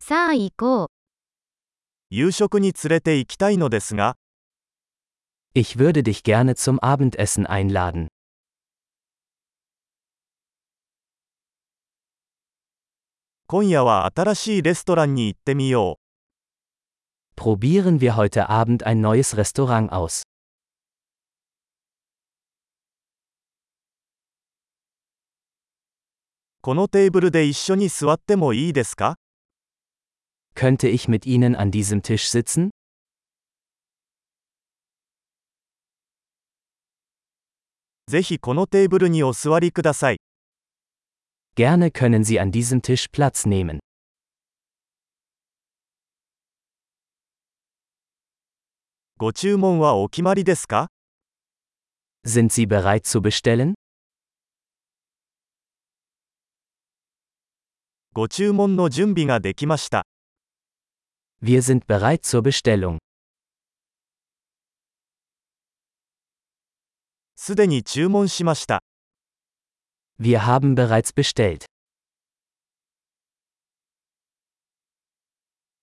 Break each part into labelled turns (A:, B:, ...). A: さあ行こう。
B: 夕食に連れて行きたいのですが、
C: Ich würde dich gerne zum Abendessen einladen.
B: 今夜は新しいレストランに行ってみよ
C: Probieren wir heute Abend ein neues Restaurant aus.
B: う。このテーブルで一緒に座ってもいいですか
C: Könnte ich mit Ihnen an diesem Tisch sitzen?
B: ぜひこのテーブルにお座りください。
C: Gerne können Sie an diesem Tisch Platz nehmen.
B: ご注文はお決まりですか
C: Sind Sie bereit zu bestellen?
B: ご注文の準備ができました。
C: Wir sind bereit zur Bestellung.
B: すでに注文しました。
C: Wir haben bereits bestellt.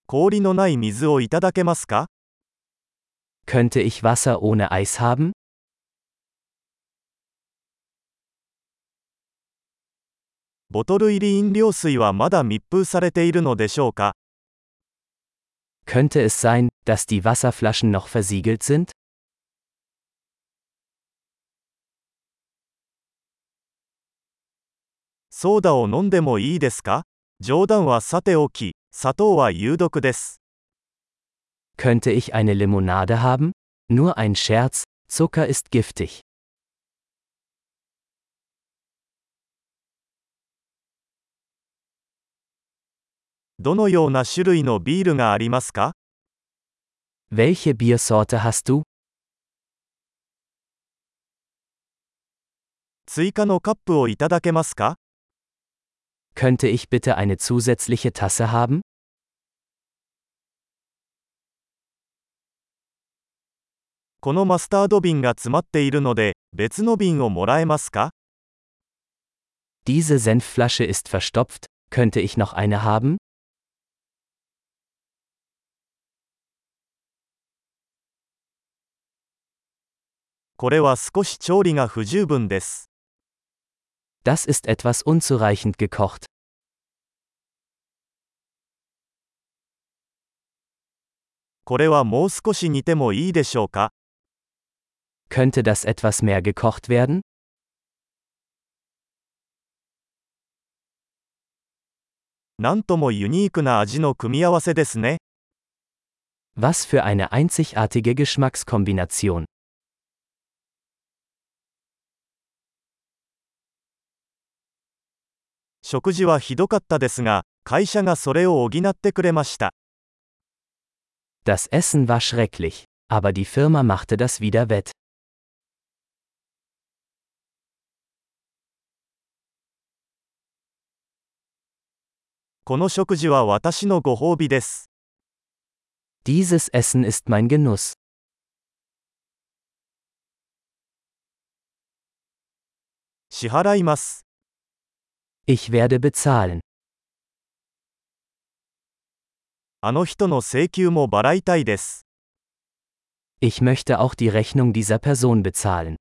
B: 氷のない水をいただけますか
C: Könnte ich Wasser ohne Eis haben?
B: ボトル入り飲料水はまだ密封されているのでしょうか
C: Könnte es sein, dass die Wasserflaschen noch versiegelt sind?
B: ソーダを飲んでもいいですか冗談はさておき、砂糖は有毒です。
C: Könnte ich eine Limonade haben? Nur ein Scherz, Zucker ist giftig.
B: どのような種類のビールがありますか
C: Welche Biersorte hast du?
B: 追加のカップをいただけますか
C: Könnte ich bitte eine zusätzliche Tasse haben?
B: このマスタード瓶が詰まっているので、別の瓶をもらえますか
C: Diese Senfflasche ist verstopft, könnte ich noch eine haben?
B: これは少し調理が不十分です。
C: Das ist etwas unzureichend gekocht.
B: これはもう少し煮てもいいでしょうか
C: Könnte das etwas mehr gekocht werden?
B: なんともユニークな味の組み合わせですね。
C: Was für eine einzigartige Geschmackskombination.
B: 食事はひどかったですが、会社がそれを補ってくれました。
C: Das Essen war schrecklich, aber die Firma machte das wieder wett.
B: この食事は私のご褒美です。
C: Dieses Essen ist mein Genuss.
B: 支払います。
C: Ich werde bezahlen.
B: あの人の請求も払いたいです。
C: Ich möchte auch die Rechnung dieser Person bezahlen.